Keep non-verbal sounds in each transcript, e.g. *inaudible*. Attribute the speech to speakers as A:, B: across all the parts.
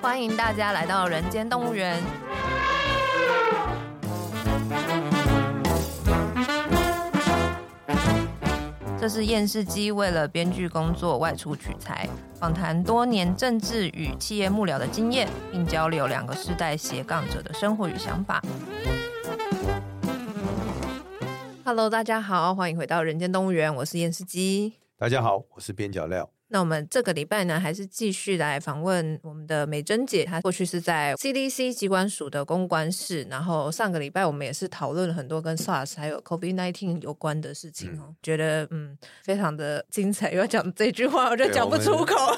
A: 欢迎大家来到人间动物园。这是验视机为了编剧工作外出取材，访谈多年政治与企业幕僚的经验，并交流两个世代斜杠者的生活与想法。Hello，大家好，欢迎回到人间动物园，我是验视机。
B: 大家好，我是边角料。
A: 那我们这个礼拜呢，还是继续来访问我们的美珍姐。她过去是在 CDC 机关署的公关室，然后上个礼拜我们也是讨论了很多跟 SARS 还有 COVID-19 有关的事情哦，觉得嗯非常的精彩。要讲这句话，我就
B: 对
A: 讲不出
B: 我们嗯
A: 口，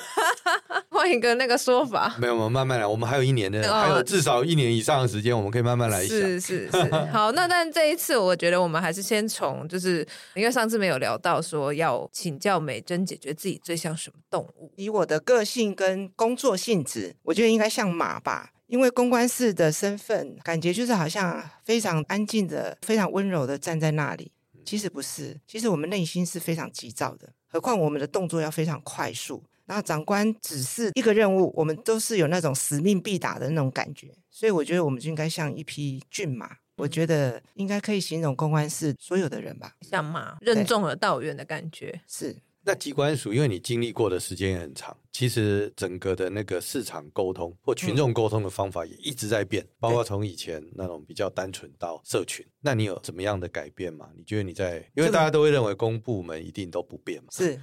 A: *laughs* 换一个那个说法。
B: 没有，我们慢慢来，我们还有一年的，
A: 哦
B: 还有至少一年以上的时间，我们可以慢慢来一下。
A: 是是是，好，那但这一次我觉得我们还是先从，就是因为上次没有聊到说要请教美珍解决自己最像什么动物。
C: 以我的个性跟工作性质，我觉得应该像马吧，因为公关室的身份，感觉就是好像非常安静的、非常温柔的站在那里。
B: 嗯
C: 其实不是，其实我们内心是非常急躁的，何况我们的动作要非常快速。然后长官指示一个任务，我们都是有那种使命必达的那种感觉，所以我觉得我们就应该像一匹骏马。
B: 嗯
C: 我觉得应该可以形容公关室所有的人吧，
A: 像马任重而道远的感觉，
C: 是
B: 那机关署，因为你经历过的时间也很长，其实整个的那个市场沟通或群众沟通的方法也一直在
C: 嗯
B: 变，包括从以前那种比较单纯到社群。那你有怎么样的改变吗？你觉得你在，因为
C: 这个
B: 大家都会认为公部门一定都不变嘛， *laughs*
C: 是，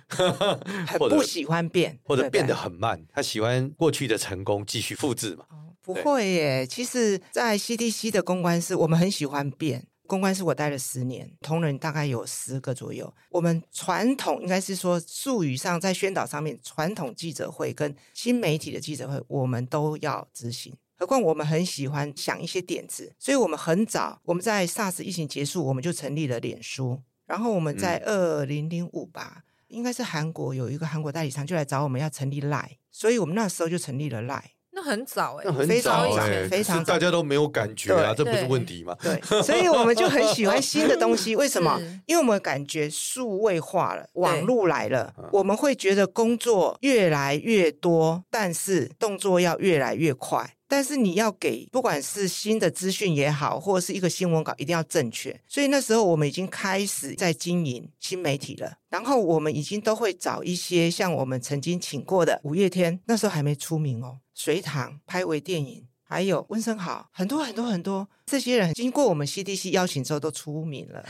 C: 很
B: 或者
C: 不喜欢变，
B: 或者
C: 对
B: 变
C: 对
B: 得很慢，他喜欢过去的成功继续复制嘛。
C: 哦，不
B: 对
C: 会耶。其实，在 CDC 的公关室，我们很喜欢变。公关室我待了十年，同仁大概有十个左右。我们传统应该是说术语上在宣导上面，传统记者会跟新媒体的记者会，我们都要执行。何况我们很喜欢想一些点子，所以我们很早，我们在 SARS 疫情结束，我们就成立了脸书。然后我们在二零零五吧，应该是韩国有一个韩国代理商就来找我们要成立 Line，所以我们那时候就成立了 Line。
A: 那很早哎、
B: 那很
C: 哦非
B: 早
C: 常早
B: 哎、
C: 非
B: 可
C: 常
B: 是
C: 早
B: 大家都没有感觉啊，这
A: 对
B: 不是问题吗？
C: 对，所以我们就很喜欢新的东西。为什么
A: 是？
C: 因为我们感觉数位化了，网络来了，我们会觉得工作越来越多，但是动作要越来越快。但是你要给，不管是新的资讯也好，或者是一个新闻稿，一定要正确。所以那时候我们已经开始在经营新媒体了，然后我们已经都会找一些像我们曾经请过的五月天，那时候还没出名哦，隋唐拍微电影，还有温升豪，很多很多很多，这些人经过我们 CDC 邀请之后都出名了，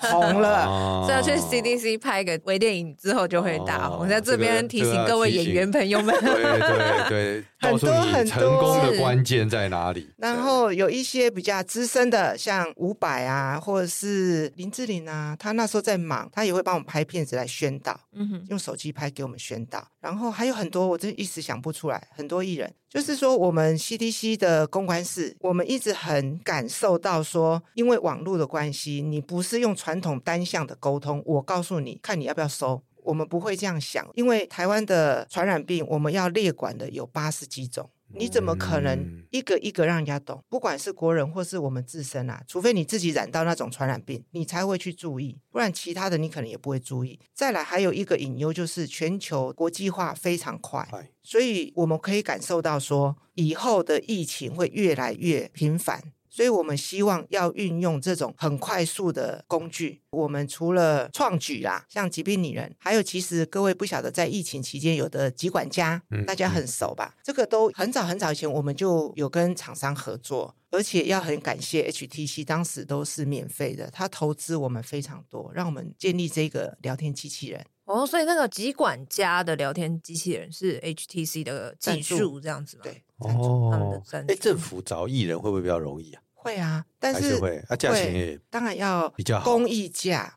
C: 红了。
B: 啊
A: 所以要去 CDC 拍个微电影之后就会大红。哦在这边提醒各位演员朋友们，
B: 对对对，告诉你成功的关键在哪里。
C: 然后有一些比较资深的，像伍佰啊，或者是林志玲啊，他那时候在忙，他也会帮我们拍片子来宣导。
A: *laughs* 嗯哼，
C: 用手机拍给我们宣导，然后还有很多我真一时想不出来，很多艺人，就是说我们 CDC 的公关室，我们一直很感受到说，因为网络的关系，你不是用传统单向的沟通，我告诉你，看你要不要收。我们不会这样想，因为台湾的传染病，我们要列管的有八十几种，你怎么可
B: 嗯
C: 能一个一个让人家懂？不管是国人或是我们自身啊，除非你自己染到那种传染病，你才会去注意，不然其他的你可能也不会注意。再来，还有一个隐忧就是全球国际化非常快，
B: 快
C: 所以我们可以感受到说，以后的疫情会越来越频繁。所以我们希望要运用这种很快速的工具。我们除了创举啦，像疾病拟人，还有其实各位不晓得，在疫情期间有的疾管家，
B: 嗯
C: 大家很熟吧？这个都很早很早以前我们就有跟厂商合作，而且要很感谢 HTC，当时都是免费的，他投资我们非常多，让我们建立这个聊天机器人。
A: 哦，所以那个集管家的聊天机器人是 HTC 的技
C: 赞
A: 术
C: 助
A: 这样子吗？
C: 对，
A: 他们的
B: 哦，
A: 赞助
B: 哎，政府找艺人会不会比较容易啊？
C: 会啊，但
B: 还
C: 是
B: 是会啊，价钱也
C: 当然要
B: 比较好
C: 公益价，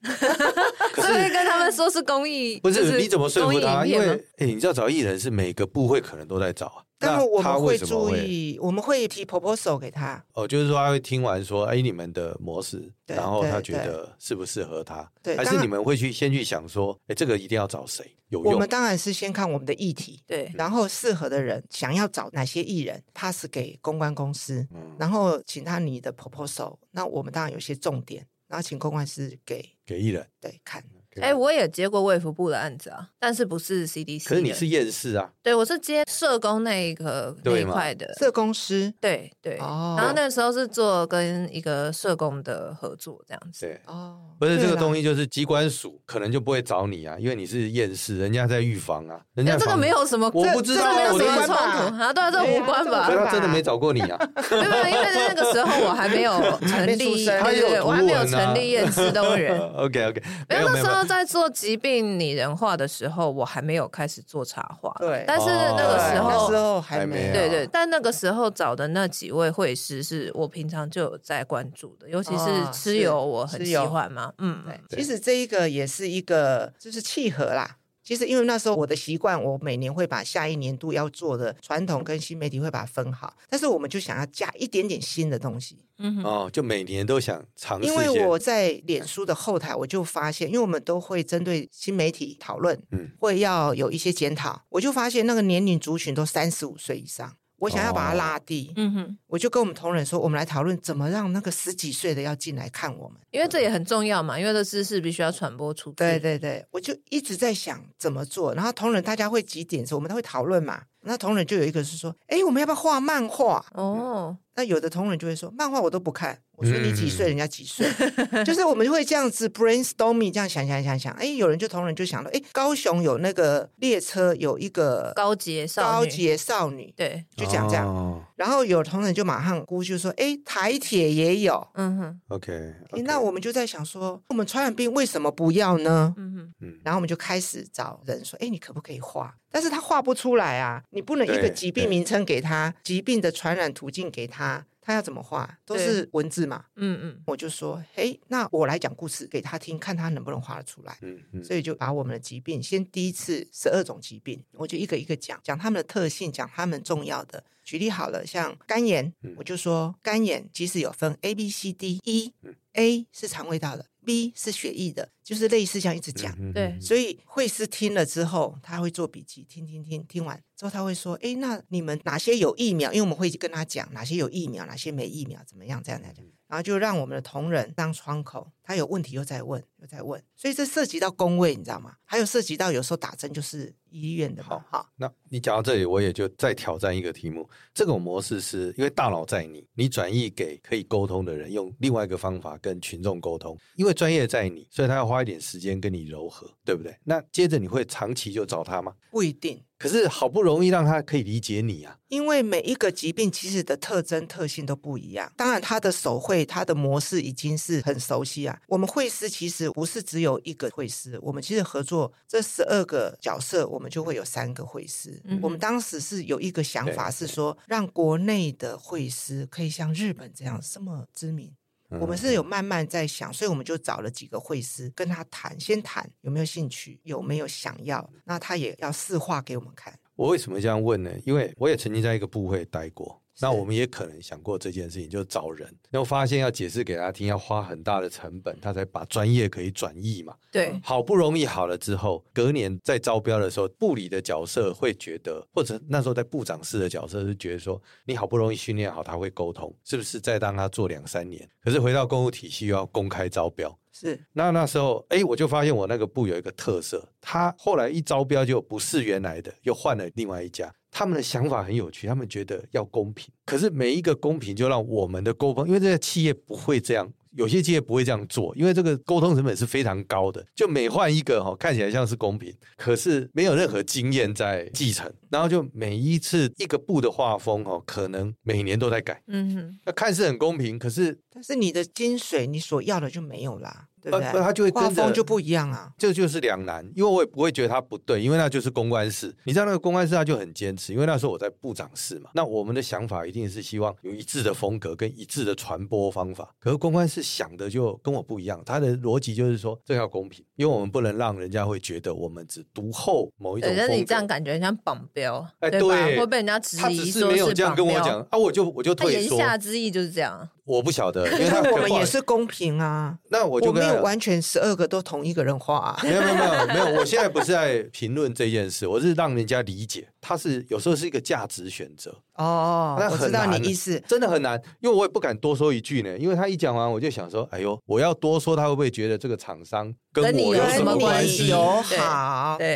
A: 所以跟他们说是公益，
B: 不？
A: 就是
B: 你怎么说
A: 公
B: 服他？
A: 益
B: 因
C: 啊
A: 影片
B: 为
A: 吗
B: 哎，你知道找艺人是每个部会可能都在找啊。
C: 但是我
B: 那他
C: 们
B: 为
C: 会
B: 什么
C: 注
B: 会？
C: 意，我们会提 proposal 给他。
B: 哦，就是说他会听完说，哎，你们的模式，
C: 对
B: 然后他
C: 对
B: 觉得适不适合他，
C: 对
B: 还
C: 当
B: 是
C: 然
B: 你们会去先去想说，哎，这个一定要找谁有
C: 我
B: 用嗯
C: 们？当然是先看我们的议题，
A: 对，
C: 然后适合的人想要找哪些艺人，pass 给公关公司，
B: 嗯，
C: 然后请他你的 proposal。那我们当然有一些重点，然后请公关师给
B: 给艺人。
C: 对看。
A: 哎、我也接过卫福部的案子啊，但是不是 CDC 的。
B: 可是你是厌世啊，
A: 对我是接社工那一个那
B: 对
A: 一
B: 嘛
A: 块的，
C: 社工师
A: 对对。
C: 哦
A: 然后那时候是做跟一个社工的合作这样子。
B: 对。
C: 哦，
B: 不是这个东
C: 西，
B: 西，就是机关署可能就不会找你啊，因为你是厌世，人家在预防啊，人
A: 那
B: 家
A: 这个
B: 防
A: 没，有什么，
B: 我不知
A: 这
B: 道
A: 个
B: 啊
A: 没有
B: 我
A: 什
B: 就
A: 么
B: 关
A: 冲
C: 吧
A: 突啊，对啊，这
C: 对啊
A: 无关
C: 这
A: 吧
B: 所以？
C: 无
B: 他真的没找过
C: *laughs*
B: 你啊， *laughs*
A: 没有，没有因为那个时候我还没有成
C: 没出
A: 立，对
C: 生
A: 对
B: 他也
A: 对，
B: 有
A: 我还没有
B: 图文啊
A: 成立厌世动物园。
B: OK OK，
A: 没
B: *laughs* 没
A: 有，
B: 有
A: 那
B: 没
A: 时
B: 有没
A: 候
B: 有，
A: 在做疾病拟人化的时候，我还没有开始做茶化。
C: 对
A: 但是那
C: 对
A: 个时
B: 哦
A: 候
C: 那时候还没
B: 还没
C: 有
B: 啊
A: 对对，但那个时候找的那几位会师是我平常就有在关注的，尤其是
C: 哦
A: 蚩
C: 是
A: 尤，我很
C: 蚩
A: 喜
C: 尤
A: 欢嘛，嗯，
C: 对，
B: 对
C: 其实这一个也是一个就是契合啦。其实因为那时候我的习惯，我每年会把下一年度要做的传统跟新媒体会把它分好，但是我们就想要加一点点新的东西。
A: 嗯哼，
B: 哦，就每年都想尝试
C: 因
B: 一
C: 为
B: 些，
C: 我在脸书的后台，我就发现，因为我们都会针对新媒体讨论，
B: 嗯
C: 会要有一些检讨，我就发现那个年龄族群都三十五岁以上，我想要把它
B: 哦
C: 拉低，
A: 嗯哼，
C: 我就跟我们同仁说，我们来讨论怎么让那个十几岁的要进来看我们。
A: 因为这也很重要嘛，因为这知识必须要传播出去。
C: 对对对，我就一直在想怎么做。然后同仁大家会几点的时候，我们都会讨论嘛。那同仁就有一个是说，哎，我们要不要画漫画？
A: 哦，
C: 那有的同仁就会说，漫画我都不看。我说你几岁，
B: 嗯
C: 人家几岁， *laughs* 就是我们就会这样子 brainstorming，这样想想想想。哎，有人就同仁就想到，哎，高雄有那个列车有一个
A: 高洁少
C: 高
A: 女，
C: 洁少女，
A: 对，
C: 就讲这样。
B: 哦
C: 然后有同仁就马上估就说，哎，台铁也有。
A: 嗯哼，
B: ，OK，
C: 诶那我们就在想说，我们传染病为什么不要呢？
A: 嗯哼，
B: 嗯
C: 然后我们就开始找人说，哎，你可不可以画？但是他画不出来啊，你不能一个
B: 对
C: 疾病
B: 对
C: 名称给他，疾病的传染途径给他，他要怎么画？都
A: 对
C: 是文字嘛。
A: 嗯嗯，
C: 我就说，哎，那我来讲故事给他听，看他能不能画得出来。
B: 嗯嗯
C: 所以就把我们的疾病先第一次十二种疾病，我就一个一个讲，讲他们的特性，讲他们重要的。举例好了，像肝炎
B: 嗯，
C: 我就说肝炎其实有分 A、B、C、D，一
B: 嗯
C: A 是肠胃道的，B 是血液的，就是类似这样一直讲。
B: 嗯嗯
A: 对
B: 嗯
C: 所以会师听了之后，他会做笔记，听听听，听完之后他会说：“哎，那你们哪些有疫苗？因为我们会跟他讲哪些有疫苗，哪些没疫苗，怎么样？这样这样这样。”然后就让我们的同仁当窗口，他有问题又在问，又在问，所以这涉及到工位，你知道吗？还有涉及到有时候打针就是医院的嘛，哈，
B: 那你讲到这里，我也就再挑战一个题目。这种模式是因为大脑在你，你转译给可以沟通的人，用另外一个方法跟群众沟通。因为专业在你，所以他要花一点时间跟你柔和，对不对？那接着你会长期就找他吗？
C: 不一定，
B: 可是好不容易让他可以理解你啊，
C: 因为每一个疾病其实的特征特性都不一样，当然他的手绘、他的模式已经是很熟悉啊。我们绘师其实不是只有一个绘师，我们其实合作这十二个角色，我们就会有三个绘师。
A: 嗯哼
C: 我们当时是有一个想法是说，让国内的绘师可以像日本这样这么知名。
B: 嗯
C: 我们是有慢慢在想，所以我们就找了几个会师跟他谈，先谈有没有兴趣，有没有想要，那他也要试画给我们看。
B: 我为什么这样问呢？因为我也曾经在一个部会待过，
C: 是
B: 那我们也可能想过这件事情，就找人，然后发现要解释给他听，要花很大的成本，他才把专业可以转译嘛。
A: 对，
B: 好不容易好了之后，隔年在招标的时候，部里的角色会觉得，或者那时候在部长室的角色是觉得说，你好不容易训练好，他会沟通，是不是再让他做两三年？可是回到公务体系又要公开招标，
C: 是
B: 那那时候，哎，我就发现我那个部有一个特色，他后来一招标就不是原来的，又换了另外一家。他们的想法很有趣，他们觉得要公平，可是每一个公平就让我们的沟通，因为这些企业不会这样，有些企业不会这样做，因为这个沟通成本是非常高的。就每换一个哈、哦，看起来像是公平，可是没有任何经验在继承，然后就每一次一个部的画风哦，可能每年都在改。
A: 嗯哼，
B: 那看似很公平，可是
C: 但是你的薪水你所要的就没有啦，对不对？
B: 呃它就会跟
C: 画风
B: 着
C: 就不一样啊。
B: 这就是两难，因为我也不会觉得他不对，因为那就是公关室。你知道那个公关室他就很坚持，因为那时候我在部长室嘛，那我们的想法一定是希望有一致的风格跟一致的传播方法。可是公关室想的就跟我不一样，他的逻辑就是说这要公平，因为我们不能让人家会觉得我们只独厚某一种
A: 对，但
B: 风
A: 是
B: 格。
A: 呃你这样感觉很像绑标，
B: 哎
A: 吧？
B: 对
A: 会被人家质
B: 他只
A: 疑
B: 是
A: 说
B: 没有
A: 是
B: 这样
A: 绑
B: 跟我
A: 标。
B: 讲啊，我就我就
A: 他
B: 退
A: 言
B: 缩。啊
A: 下之意就是这样，
B: 我不晓得，因为
A: *laughs*
B: 他
C: 但我们
B: 不好
C: 也是公平啊，
B: 那我
C: 我
B: 就
C: 没
B: 跟他
C: 有完全十二个都同一个人画、啊。
B: *laughs* 没有没有没有没有，我现在不是在评论这件事，我是让人家理解，它是有时候是一个价值选择，
C: 哦
B: 那，
C: 我
B: 很
C: 知道
B: 难啊
C: 你意思。
B: 真的很难，因为我也不敢多说一句呢，因为他一讲完我就想说，哎呦，我要多说，他会不会觉得这个厂商跟
A: 跟你
B: 我
A: 有
B: 什
A: 什
B: 么
A: 么
B: 关
A: 关
B: 系
A: 系
C: 你？友好，
A: 对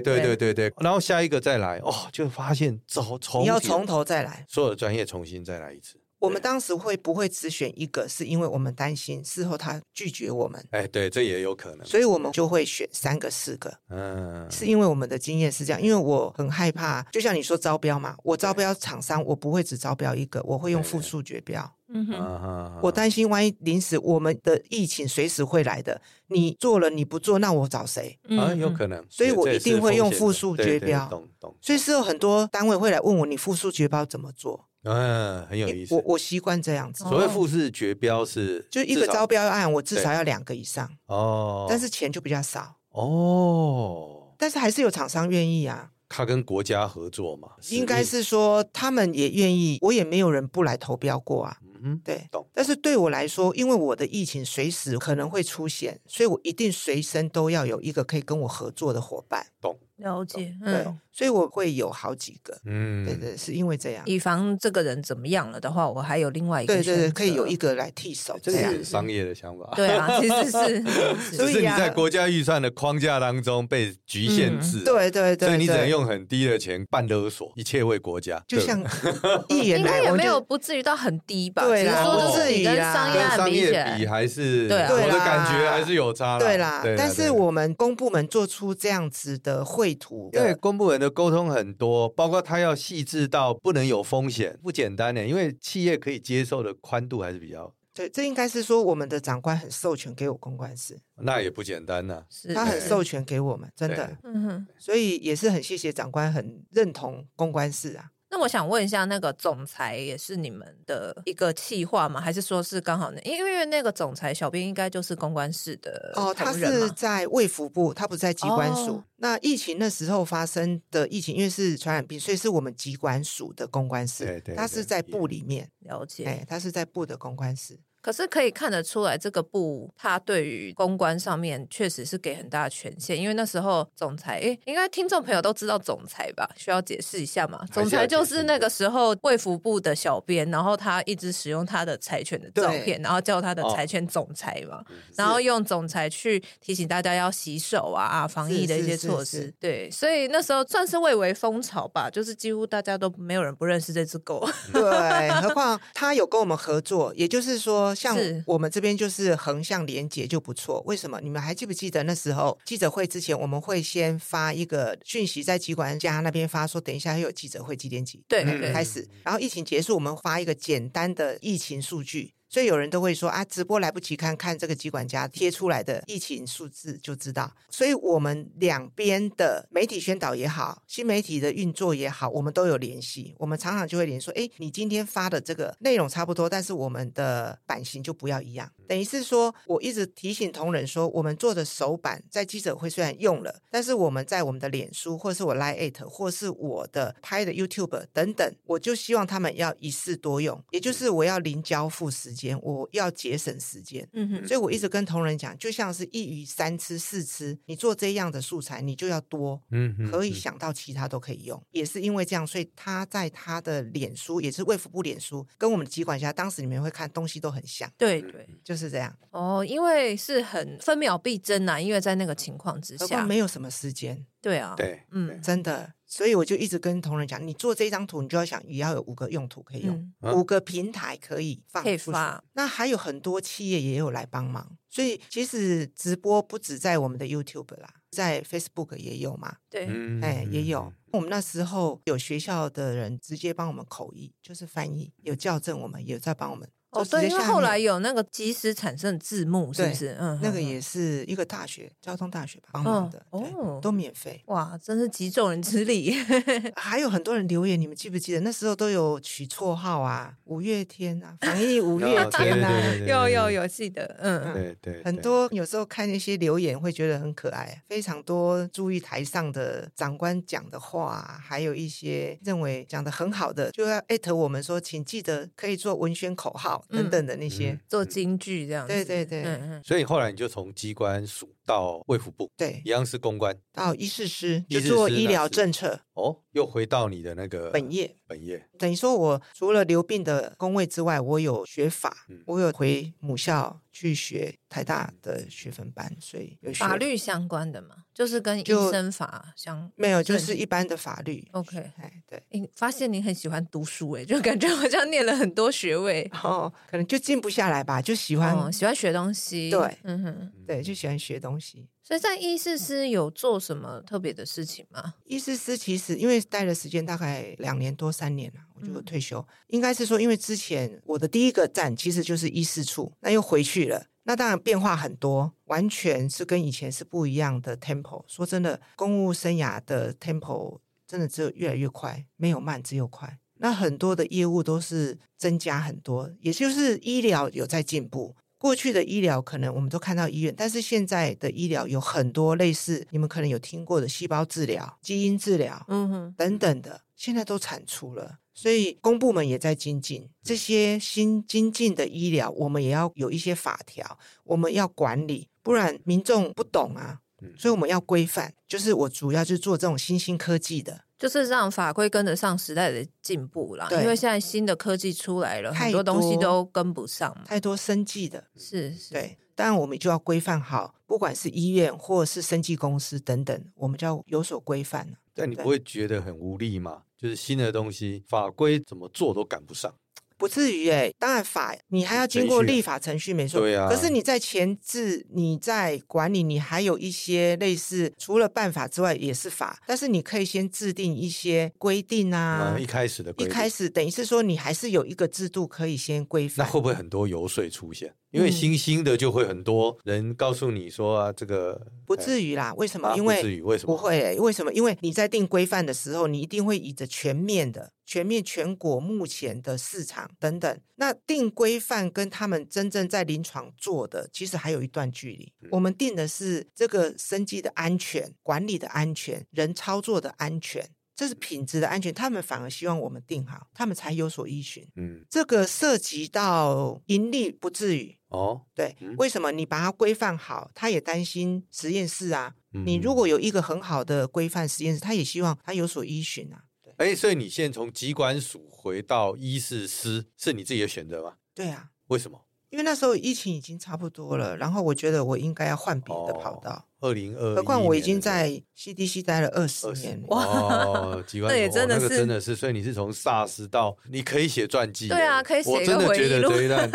B: 对对对
A: 对
B: 对对，然后下一个再来哦，就发现走从
C: 你要
B: 头
C: 从头再来。
B: 所有的专业重新再来一次。
C: 我们当时会不会只选一个，是因为我们担心事后他拒绝我们，
B: 哎，对，这也有可能。
C: 所以我们就会选三个、四个。
B: 嗯，
C: 是因为我们的经验是这样，因为我很害怕，就像你说招标嘛，我招标厂商，我不会只招标一个，我会用
B: 对
C: 复数绝标。
A: 嗯哼，
B: 啊哈
C: 我担心万一临时我们的疫情随时会来的，你做了你不做，那我找谁？
A: 嗯
B: 啊，有可能，
C: 所以我
B: 对
C: 一定会用复数
B: 这也是风险
C: 绝标
B: 对对懂懂。
C: 所以是有很多单位会来问我，你复数绝标怎么做？
B: 嗯，很有意思
C: 我。我习惯这样子，
A: 哦
B: 所谓复式绝标是
C: 就一个
B: 至少
C: 招标案，我至
B: 对
C: 少要两个以上，
B: 哦，
C: 但是钱就比较少，
B: 哦，
C: 但是还是有厂商愿意啊。
B: 他跟国家合作嘛，
C: 应该是说他们也愿意，我也没有人不来投标过啊。
B: 嗯哼
C: 对
B: 懂，
C: 但是对我来说，因为我的疫情随时可能会出现，所以我一定随身都要有一个可以跟我合作的伙伴。
A: 了解，
C: 对，
A: 嗯，
C: 所以我会有好几个。
B: 嗯，
C: 对对，是因为这样。
A: 以防这个人怎么样了的话，我还有另外一个
C: 对对
A: 选
C: 对，
A: 择
C: 可以有一个来替手
B: 这个
C: 这
B: 也
C: 样。
B: 很商业的想法。
A: 对啊，其实
B: *laughs*
A: 是
B: 只
A: 是
C: 啊所以
B: 是你
C: 啊嗯
B: 在国家预算的框架当中被局限制，，
C: 对对对，
B: 所以你只能
C: 对。
B: 用很低的钱办勒索，一切为国家。
C: 就
B: 对
C: 像议员
A: *laughs* 应
C: 来，
A: 该也
C: 我们
A: 没有
C: 就
A: 不至于到很低吧？只
C: 对
A: 是
C: 啦
A: 说
B: 不
A: 就
B: 至
A: 是你
C: 于
A: 跟
C: 啦
A: 商业
B: 跟
A: 案
B: 商
A: 比起
B: 业
A: 来
B: 比，还是，
A: 对啊
B: 我
C: 对
B: 的
C: 啦
B: 感觉还是有差啦
C: 对啦
B: 对。
C: 但
B: 对
C: 是我们公部门做出这样子的绘图
B: 因为
C: 的，
B: 公部门的沟通很多，包括他要细致到不能有风险，不简单呢。因为企业可以接受的宽度还是比较，
C: 对，这应该是说我们的长官很授权给我公关室，
B: 那也不简单呐、
A: 是
C: 他很
A: 是
C: 授权给我们，真
B: 对
C: 的。
A: 嗯哼。
C: 所以也是很谢谢长官，很认同公关室啊。
A: 那我想问一下，那个总裁也是你们的一个企划吗？还是说是刚好呢？因为因为那个总裁小编应该就是公关室的
C: 哦，他
A: 呃同仁
C: 是
A: 嘛
C: 在卫福部，他不是在机关署。
A: 哦
C: 那疫情那时候发生的疫情，因为是传染病，所以是我们机关署的公关室。
B: 对对
C: 他是在
B: 对
C: 部里面，
A: 了解。
C: 哎，他是在部的公关室。
A: 可是可以看得出来，这个部他对于公关上面确实是给很大的权限，因为那时候总裁，诶，应该听众朋友都知道总裁吧？需要解释一下嘛？
B: 还
A: 总
B: 是要
A: 裁
B: 解释一
A: 就
B: 下
A: 是那个时候卫福部的小编，然后他一直使用他的柴犬的照片，然后叫他的
B: 哦
A: 柴犬总裁嘛，然后用总裁去提醒大家要洗手啊啊，防疫的一些措
C: 是
A: 施
C: 是是。
A: 对，所以那时候算是蔚为风潮吧，就是几乎大家都没有人不认识这只狗。 *laughs*
B: 嗯
C: 对，何况他有跟我们合作，也就是说，像
A: 是
C: 我们这边就是横向连接就不错。为什么？你们还记不记得那时候记者会之前，我们会先发一个讯息在机关家那边发说，等一下会有记者会几点几
A: 对
B: 嗯
A: 对
C: 开始，然后疫情结束，我们发一个简单的疫情数据。所以有人都会说啊，直播来不及看看这个机管家贴出来的疫情数字就知道。所以我们两边的媒体宣导也好，新媒体的运作也好，我们都有联系。我们常常就会联系说，哎，你今天发的这个内容差不多，但是我们的版型就不要
A: 嗯
C: 一样。等于是说，我一直提醒同仁说，我们做的手板在记者会虽然用了，但是我们在我们的脸书，或是我 Line at，或是我的拍的 YouTube 等等，我就希望他们要一式多用，也
A: 嗯
C: 就是我要零交付时间，我要节省时间。
A: 嗯哼，
C: 所以我一直跟同仁讲，就像是一鱼三吃四吃，你做这样的素材，你就要多。
B: 嗯哼
C: 可以想到其他都可以用，也是因为这样，所以他在他的脸书，也是卫福部脸书，跟我们的机管下，当时你们会看东西都很像，
A: 对对。
C: 就是这样。
A: 哦，因为是很分秒必争呐、因为在那个情况之
C: 何
A: 下，
C: 况没有什么时间，
A: 对啊，
B: 对，
A: 嗯
C: 真的。所以我就一直跟同仁讲，你做这张图，你就要想也要有五个用途可以用，
A: 嗯，
B: 啊
C: 五个平台可以放
A: 可以
C: 出去
A: 发。
C: 那还有很多企业也有来帮忙，所以其实直播不止在我们的 YouTube 啦，在 Facebook 也有嘛，
A: 对，
B: 嗯
C: 哎、也有。我们那时候有学校的人直接帮我们口译，就是翻译，有校正我们，有在帮我们。
A: 哦
C: 就直接
A: 对，因为
C: 下面
A: 后来有那个及时产生的字幕，是不
C: 对
A: 是？嗯，
C: 那个
A: 嗯
C: 也是一个大学，交通大学帮忙的，
A: 哦
C: 对
A: 哦
C: 都
A: *laughs*
C: 免费。
A: 哇，真是集众人之力，
C: 还有很多人留言，你们记不记得那时候都有取绰号啊，五月天啊，防疫五月天啊，
A: *laughs* 有有，有记得，嗯，
B: 对对对，
C: 很多有时候看那些留言会觉得很可爱，非常多注意台上的长官讲的话啊，还有一些认为讲的很好的，就要艾特我们说，请记得可以做文宣口号，等等的那些
B: 嗯。
A: 做京剧这样子。
C: 对对对
A: 嗯嗯，
B: 所以后来你就从机关署到卫福部，
C: 对
B: 一，样是公关
C: 到医师师
B: 医
C: 就
B: 事师
C: 做医
B: 那
C: 疗
B: 是
C: 政策
B: 哦，又回到你的那个
C: 本业。
B: 本业，
C: 等于说，我除了留病的工位之外，我有学法
B: 嗯，
C: 我有回母校去学台大的学分班，所以有学
A: 法律相关的嘛，就是跟医
C: 就
A: 生法相。
C: 没有，就
A: 对
C: 是一般的法律。
A: OK，
C: 哎，对，
A: 你发现你很喜欢读书诶、就感觉好像念了很多学位，
C: 然后可能就静不下来吧，就喜欢，
A: 哦，喜欢学东西。
C: 对
A: 嗯哼。
C: 对，就喜欢学东西。
A: 所以在医师师有做什么特别的事情吗？
C: 医师师其实因为待的时间大概两年多三年了，我就
A: 嗯
C: 退休。应该是说，因为之前我的第一个站其实就是医师处，那又回去了。那当然变化很多，完全是跟以前是不一样的 tempo。说真的，公务生涯的 tempo 真的只有越来越快，没有慢，只有快。那很多的业务都是增加很多，也就是医疗有在进步。过去的医疗可能我们都看到医院，但是现在的医疗有很多类似你们可能有听过的细胞治疗、基因治疗
A: 嗯哼，
C: 等等的，现在都产出了。所以公部门也在精进这些新精进的医疗，我们也要有一些法条，我们要管理，不然民众不懂啊
B: 嗯。
C: 所以我们要规范，就是我主要就是做这种新兴科技的，
A: 就是让法规跟得上时代的进步啦。
C: 对
A: 因为现在新的科技出来了，很
C: 太
A: 多东西
C: 多
A: 都跟不上
B: 嗯
A: 嘛。
C: 太多生计的，
A: 是，是，
C: 对，当然我们就要规范好，不管是医院或是生技公司等等，我们就要有所规范了。
B: 但你
C: 对
B: 不会觉得很无力吗？就是新的东西，法规怎么做都赶不上。
C: 不至于诶、当然法你还要经
B: 程
C: 过
B: 序啊
C: 立法程序，没错。
B: 对啊
C: 可是你在前置、你在管理，你还有一些类似除了办法之外也是法，但是你可以先制定一些规定啊
B: 嗯，。一开始的
C: 一
B: 规定
C: 开始等于是说你还是有一个制度可以先规
B: 那
C: 范。
B: 会不会很多游说出现？因为
C: 嗯
B: 新兴的就会很多人告诉你说啊，这个
C: 不
B: 于，
C: 至于啦，为什么？
B: 啊
C: 因
B: 不至
C: 为
B: 于，为什么
C: 不？会、欸，为什么？因为你在定规范的时候，你一定会以着全面的、全面全国目前的市场等等。那定规范跟他们真正在临床做的，其实还有一段距离。我们定的是这个生机的安全、管理的安全、人操作的安全，这是品质的安全。他们反而希望我们定好，他们才有所依循。
B: 嗯，
C: 这个涉及到盈利，不至于。
B: 哦，
C: 对
B: 嗯，
C: 为什么你把它规范好，他也担心实验室啊？你
B: 嗯
C: 如果有一个很好的规范实验室，他也希望他有所依循啊。对，
B: 哎，所以你现在从机关署回到医事司，是你自己的选择吗？
C: 对啊，
B: 为什么？
C: 因为那时候疫情已经差不多了，然后我觉得我应该要换别的
B: 哦
C: 跑道，
B: 二零哦二，
C: 何况我已经在 CDC 待了二十
B: 二十
C: 年了。
A: 哇
C: *laughs*
B: 哦，机关
A: 那也
B: 署
A: 真的
B: 哦那个
A: 是
B: 真的是，所以你是从 SARS 到你可以写传记耶，
A: 对啊可以写
B: 我
A: 一
B: 真
A: 个
B: 的
A: 回
B: 觉
A: 忆
B: 得
A: 录
B: 这一段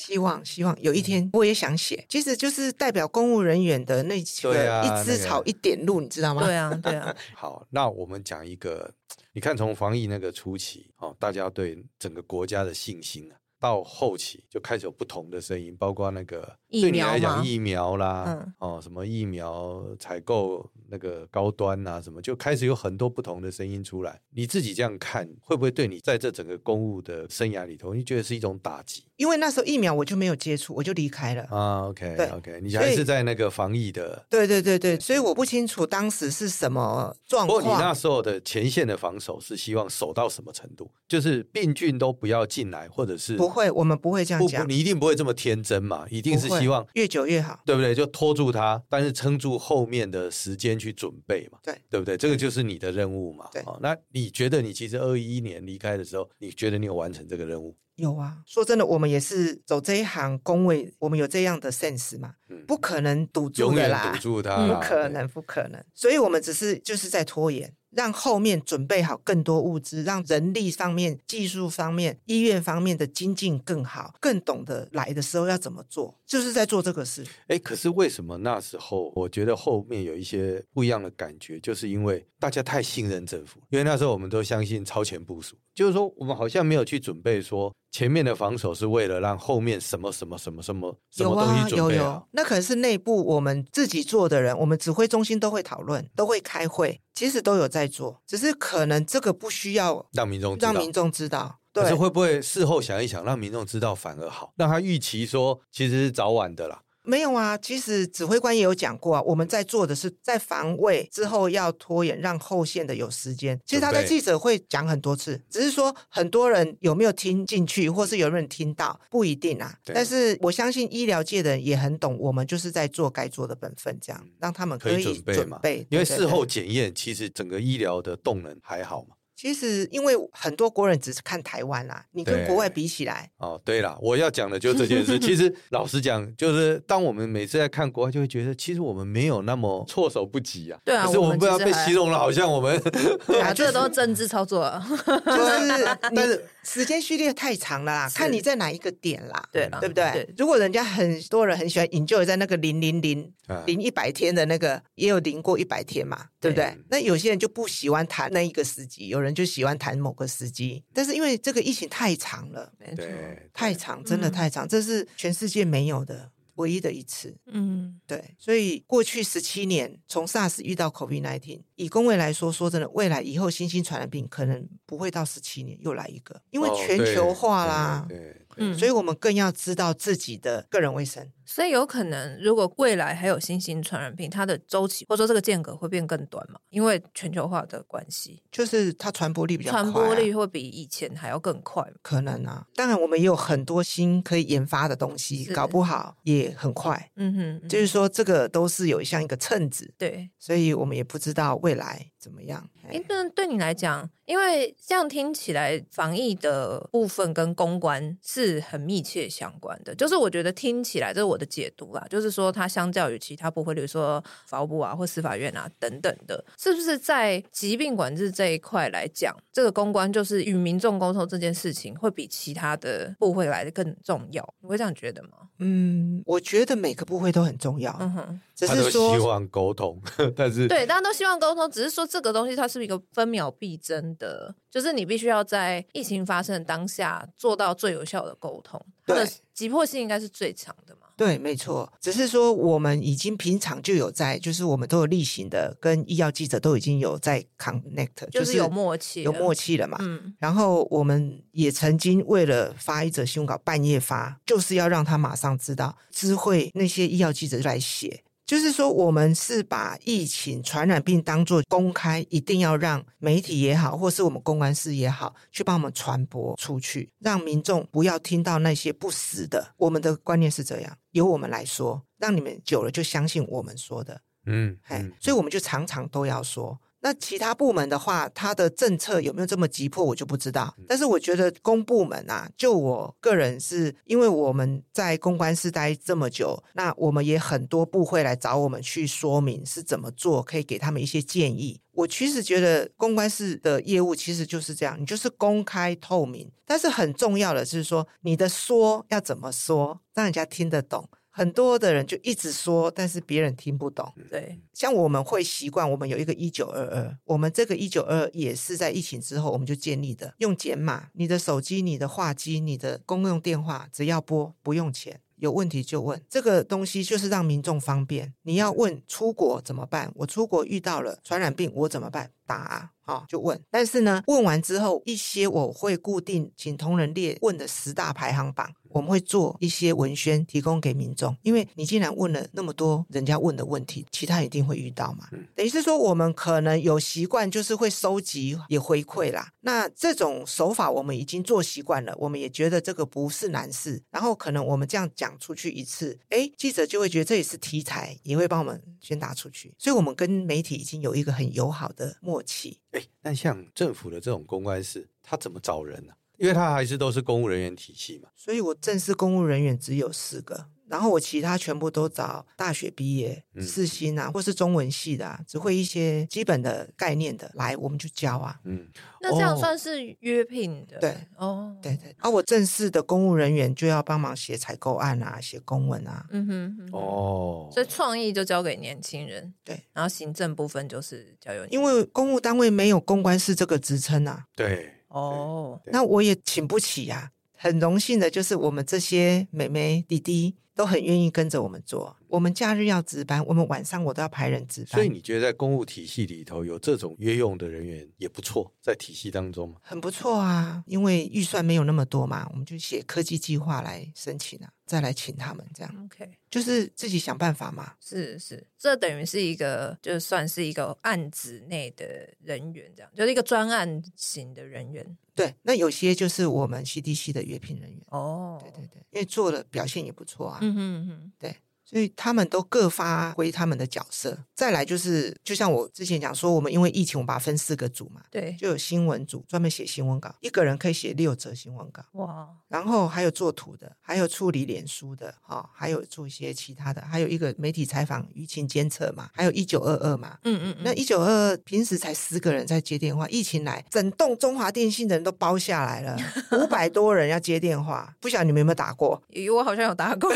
C: 希望希望
B: 嗯
C: 有一天我也想写，其实就是代表公务人员的那几
B: 对
C: 个
B: 啊
C: 一
B: 那
C: 枝
B: 个
C: 草一点露，你知道吗？
A: 对啊，对
C: *laughs*
A: 啊，
B: 好，那我们讲一个，你看从防疫那个初期哦，大家对整个国家的信心啊，到后期就开始有不同的声音，包括那个
A: 疫
B: 对你
A: 苗吗
B: 来讲疫苗啦，
A: 嗯
B: 哦什么疫苗采购那个高端啊，什么就开始有很多不同的声音出来。你自己这样看，会不会对你在这整个公务的生涯里头，你觉得是一种打击
C: 因为那时候疫苗我就没有接触，我就离开了。
B: 啊？OK
C: 对
B: OK，你
C: 所
B: 还
C: 以
B: 是在那个防疫的。
C: 对对对对，所以我不清楚当时是什么状
B: 不过
C: 况。
B: 你那时候的前线的防守是希望守到什么程度？就是病菌都不要进来，或者是
C: 不会，我们不会这样
B: 不
C: 讲，
B: 你一定不会这么天真嘛，一定是
C: 不会
B: 希望
C: 越久越好。
B: 对不对？就拖住它，但是撑住后面的时间去准备嘛，
C: 对
B: 对不对？这个就是你的任务嘛。
C: 对
B: 哦，那你觉得你其实二一年离开的时候，你觉得你有完成这个任务？
C: 有啊，说真的，我们也是走这一行工位，我们有这样的 sense 嘛，
B: 嗯
C: 不可能堵住
B: 永
C: 的
B: 远
C: 啦
B: 堵，住它
A: 嗯
B: 啦，
C: 不可
B: 对。
C: 能，不可能。所以我们只是就是在拖延，让后面准备好更多物资，让人力方面、技术方面、医院方面的精进更好，更懂得来的时候要怎么做，就是在做这个事。
B: 哎，可是为什么那时候我觉得后面有一些不一样的感觉，就是因为大家太信任政府，因为那时候我们都相信超前部署，就是说我们好像没有去准备说前面的防守是为了让后面什么什么什么什么什
C: 有
B: 么东
C: 啊，
B: 西准
C: 有
B: 备
C: 有
B: 好。，
C: 那可能是内部我们自己做的人，我们指挥中心都会讨论，都会开会，其实都有在做，只是可能这个不需要
B: 让民众知道
C: 让。民众知道。
B: 可是
C: 对，
B: 会不会事后想一想，让民众知道反而好，让他预期说其实是早晚的啦。
C: 没有啊，其实指挥官也有讲过啊，我们在做的是在防卫之后要拖延，让后线的有时间。其实他在
B: 准备
C: 记者会讲很多次，只是说很多人有没有听进去，或是有没有人听到，不一定啊。
B: 对
C: 但是我相信医疗界的人也很懂，我们就是在做该做的本分，这样让他
B: 嗯
C: 们
B: 可以
C: 以
B: 准备嘛
C: 备
B: 因为
C: 对对
B: 事后
C: 对
B: 检验，其实整个医疗的动能还好嘛。
C: 其实因为很多国人只是看台湾啦、你
B: 对
C: 跟国外比起来，
B: *laughs* 哦，对啦，我要讲的就是这
C: *laughs*
B: 件事。其实老实讲，就是当我们每次在看国外，就会觉得其实我们没有那么措手不及啊。
A: 对啊
B: 可是我们不要
A: 我们
B: 被
A: 其实还
B: 形容了，好像我们
A: 对啊，
C: 啊
A: 这个都是政治操作
C: *laughs*
A: 啊，
C: 就是
B: 但
C: 你
B: 是
C: 时间序列太长了啦，
A: 是
C: 看你在哪一个点啦。
A: *laughs* 对
B: 啊
A: 啦
C: 对不对？如果人家很多人很喜欢 enjoy 在那个零零零
B: *laughs* 啊
C: 零一百天的那个，也有零过一百天嘛，对不对？
B: 对
C: 那有些人就不喜欢谈那一个时机，有人就喜欢谈某个时机，但是因为这个疫情太长了，
A: 没错，
B: 对
C: 太长，真的
A: 嗯
C: 太长，这是全世界没有的唯一的一次。
A: 嗯，
C: 对，所以过去十七年，从 SARS 遇到 COVID-19，以工位来说，说真的，未来以后新兴传染病可能不会到十七年又来一个，因为
B: 哦
C: 全
B: 对
C: 球化啦。
B: 对，对
A: 嗯
C: 所以我们更要知道自己的个人卫生。
A: 所以有可能，如果未来还有新型传染病，它的周期或者说这个间隔会变更短嘛？因为全球化的关系，
C: 就是它传播力比较快、啊
A: 传播力。会比以前还要更快嘛。
C: 可能啊，当然我们也有很多新可以研发的东西，
A: 是
C: 搞不好也很快。
A: 嗯哼，嗯
C: 就是说，这个都是有像一个秤子，
A: 对。
C: 所以我们也不知道未来怎么样。哎
A: 哎，那对你来讲，因为这样听起来，防疫的部分跟公关是很密切相关的。就是我觉得听起来，这是我的解读啦，就是说它相较于其他部会，比如说法务部啊或司法院啊等等的，是不是在疾病管制这一块来讲，这个公关就是与民众沟通这件事情，会比其他的部会来的更重要？你会这样觉得吗？
C: 嗯，我觉得每个部会都很重要，
A: 嗯哼，
C: 只
B: 他都
C: 是
B: 希
C: 说，
B: 望沟通，但是
A: 对，大家都希望沟通，只是说这个东西它是一个分秒必争的，就是你必须要在疫情发生的当下做到最有效的沟通，它的
C: 对
A: 急迫性应该是最强的嘛。
C: 对，没错，只是说我们已经平常就有在，就是我们都有例行的，跟医药记者都已经有在 connect，
A: 就是有默契，
C: 有默
A: 契，
C: 契了嘛。
A: 嗯，
C: 然后我们也曾经为了发一则新闻稿半夜发，就是要让他马上知道，知会那些医药记者来写。就是说，我们是把疫情传染病当作公开，一定要让媒体也好，或是我们公关室也好，去帮我们传播出去，让民众不要听到那些不实的。我们的观念是这样，由我们来说，让你们久了就相信我们说的。
B: 嗯，
C: 哎
B: 嗯，
C: 所以我们就常常都要说。那其他部门的话，它的政策有没有这么急迫，我就不知道。但是我觉得公部门啊，就我个人是因为我们在公关室待这么久，那我们也很多部会来找我们去说明是怎么做，可以给他们一些建议。我其实觉得公关室的业务其实就是这样，你就是公开透明，但是很重要的是说你的说要怎么说，让人家听得懂。很多的人就一直说，但是别人听不懂。
A: 对，
C: 像我们会习惯，我们有一个一九二二，我们这个一九二也是在疫情之后我们就建立的，用简码，你的手机、你的话机、你的公用电话，只要拨不用钱，有问题就问。这个东西就是让民众方便。你要问出国怎么办？我出国遇到了传染病，我怎么办？打啊、哦就问。但是呢，问完之后，一些我会固定请同仁列问的十大排行榜，我们会做一些文宣提供给民众。因为你既然问了那么多人家问的问题，其他一定会遇到嘛。等于是说，我们可能有习惯，就是会收集也回馈啦。那这种手法我们已经做习惯了，我们也觉得这个不是难事。然后可能我们这样讲出去一次，哎，记者就会觉得这也是题材，也会帮我们宣达出去。所以，我们跟媒体已经有一个很友好的默契。
B: 哎，那像政府的这种公关室，他怎么找人呢、因为他还是都是公务人员体系嘛。
C: 所以我正式公务人员只有四个，然后我其他全部都找大学毕业、
B: 嗯
C: 四星啊，或是中文系的、啊，只会一些基本的概念的，来我们就教啊。
B: 嗯，
A: 那这样
B: 哦
A: 算是约聘的，
C: 对，
A: 哦，，
C: 对对，啊，我正式的公务人员就要帮忙写采购案啊，写公文啊，
A: 嗯哼，嗯哼，
B: 哦，
A: 所以创意就交给年轻人，
C: 对，
A: 然后行政部分就是交由你，
C: 因为公务单位没有公关室这个职称啊，
B: 对，
A: 哦，
B: 对
C: 那我也请不起啊。很荣幸的就是我们这些妹妹弟弟，都很愿意跟着我们做。我们假日要值班，我们晚上我都要排人值
B: 所以
C: 班，
B: 你觉得在公务体系里头有这种约用的人员也不错，在体系当中嘛，
C: 很不错啊。因为预算没有那么多嘛，我们就写科技计划来申请啊，再来请他们，这样
A: OK，
C: 就是自己想办法嘛。
A: 是是，这等于是一个，就算是一个案子内的人员，这样就是一个专案型的人员。
C: 对，那有些就是我们 CDC 的约聘人员，
A: 哦，
C: 对对对，因为做的表现也不错啊。
A: 嗯哼嗯哼，
C: 所以他们都各发挥他们的角色。再来就是，就像我之前讲说，我们因为疫情，我们把它分四个组嘛，
A: 对，
C: 就有新闻组专门写新闻稿，一个人可以写六则新闻稿，
A: 哇，
C: 然后还有做图的，还有处理脸书的，哈、还有做一些其他的，还有一个媒体采访、舆情监测嘛，还有一九二二嘛。
A: 嗯嗯嗯，
C: 那一九二二平时才十个人在接电话，疫情来，整栋中华电信的人都包下
A: *laughs*
C: 来了，五百多人要接电话，不晓得你们有没有打过？
A: 咦，我好像有打 *laughs* 过，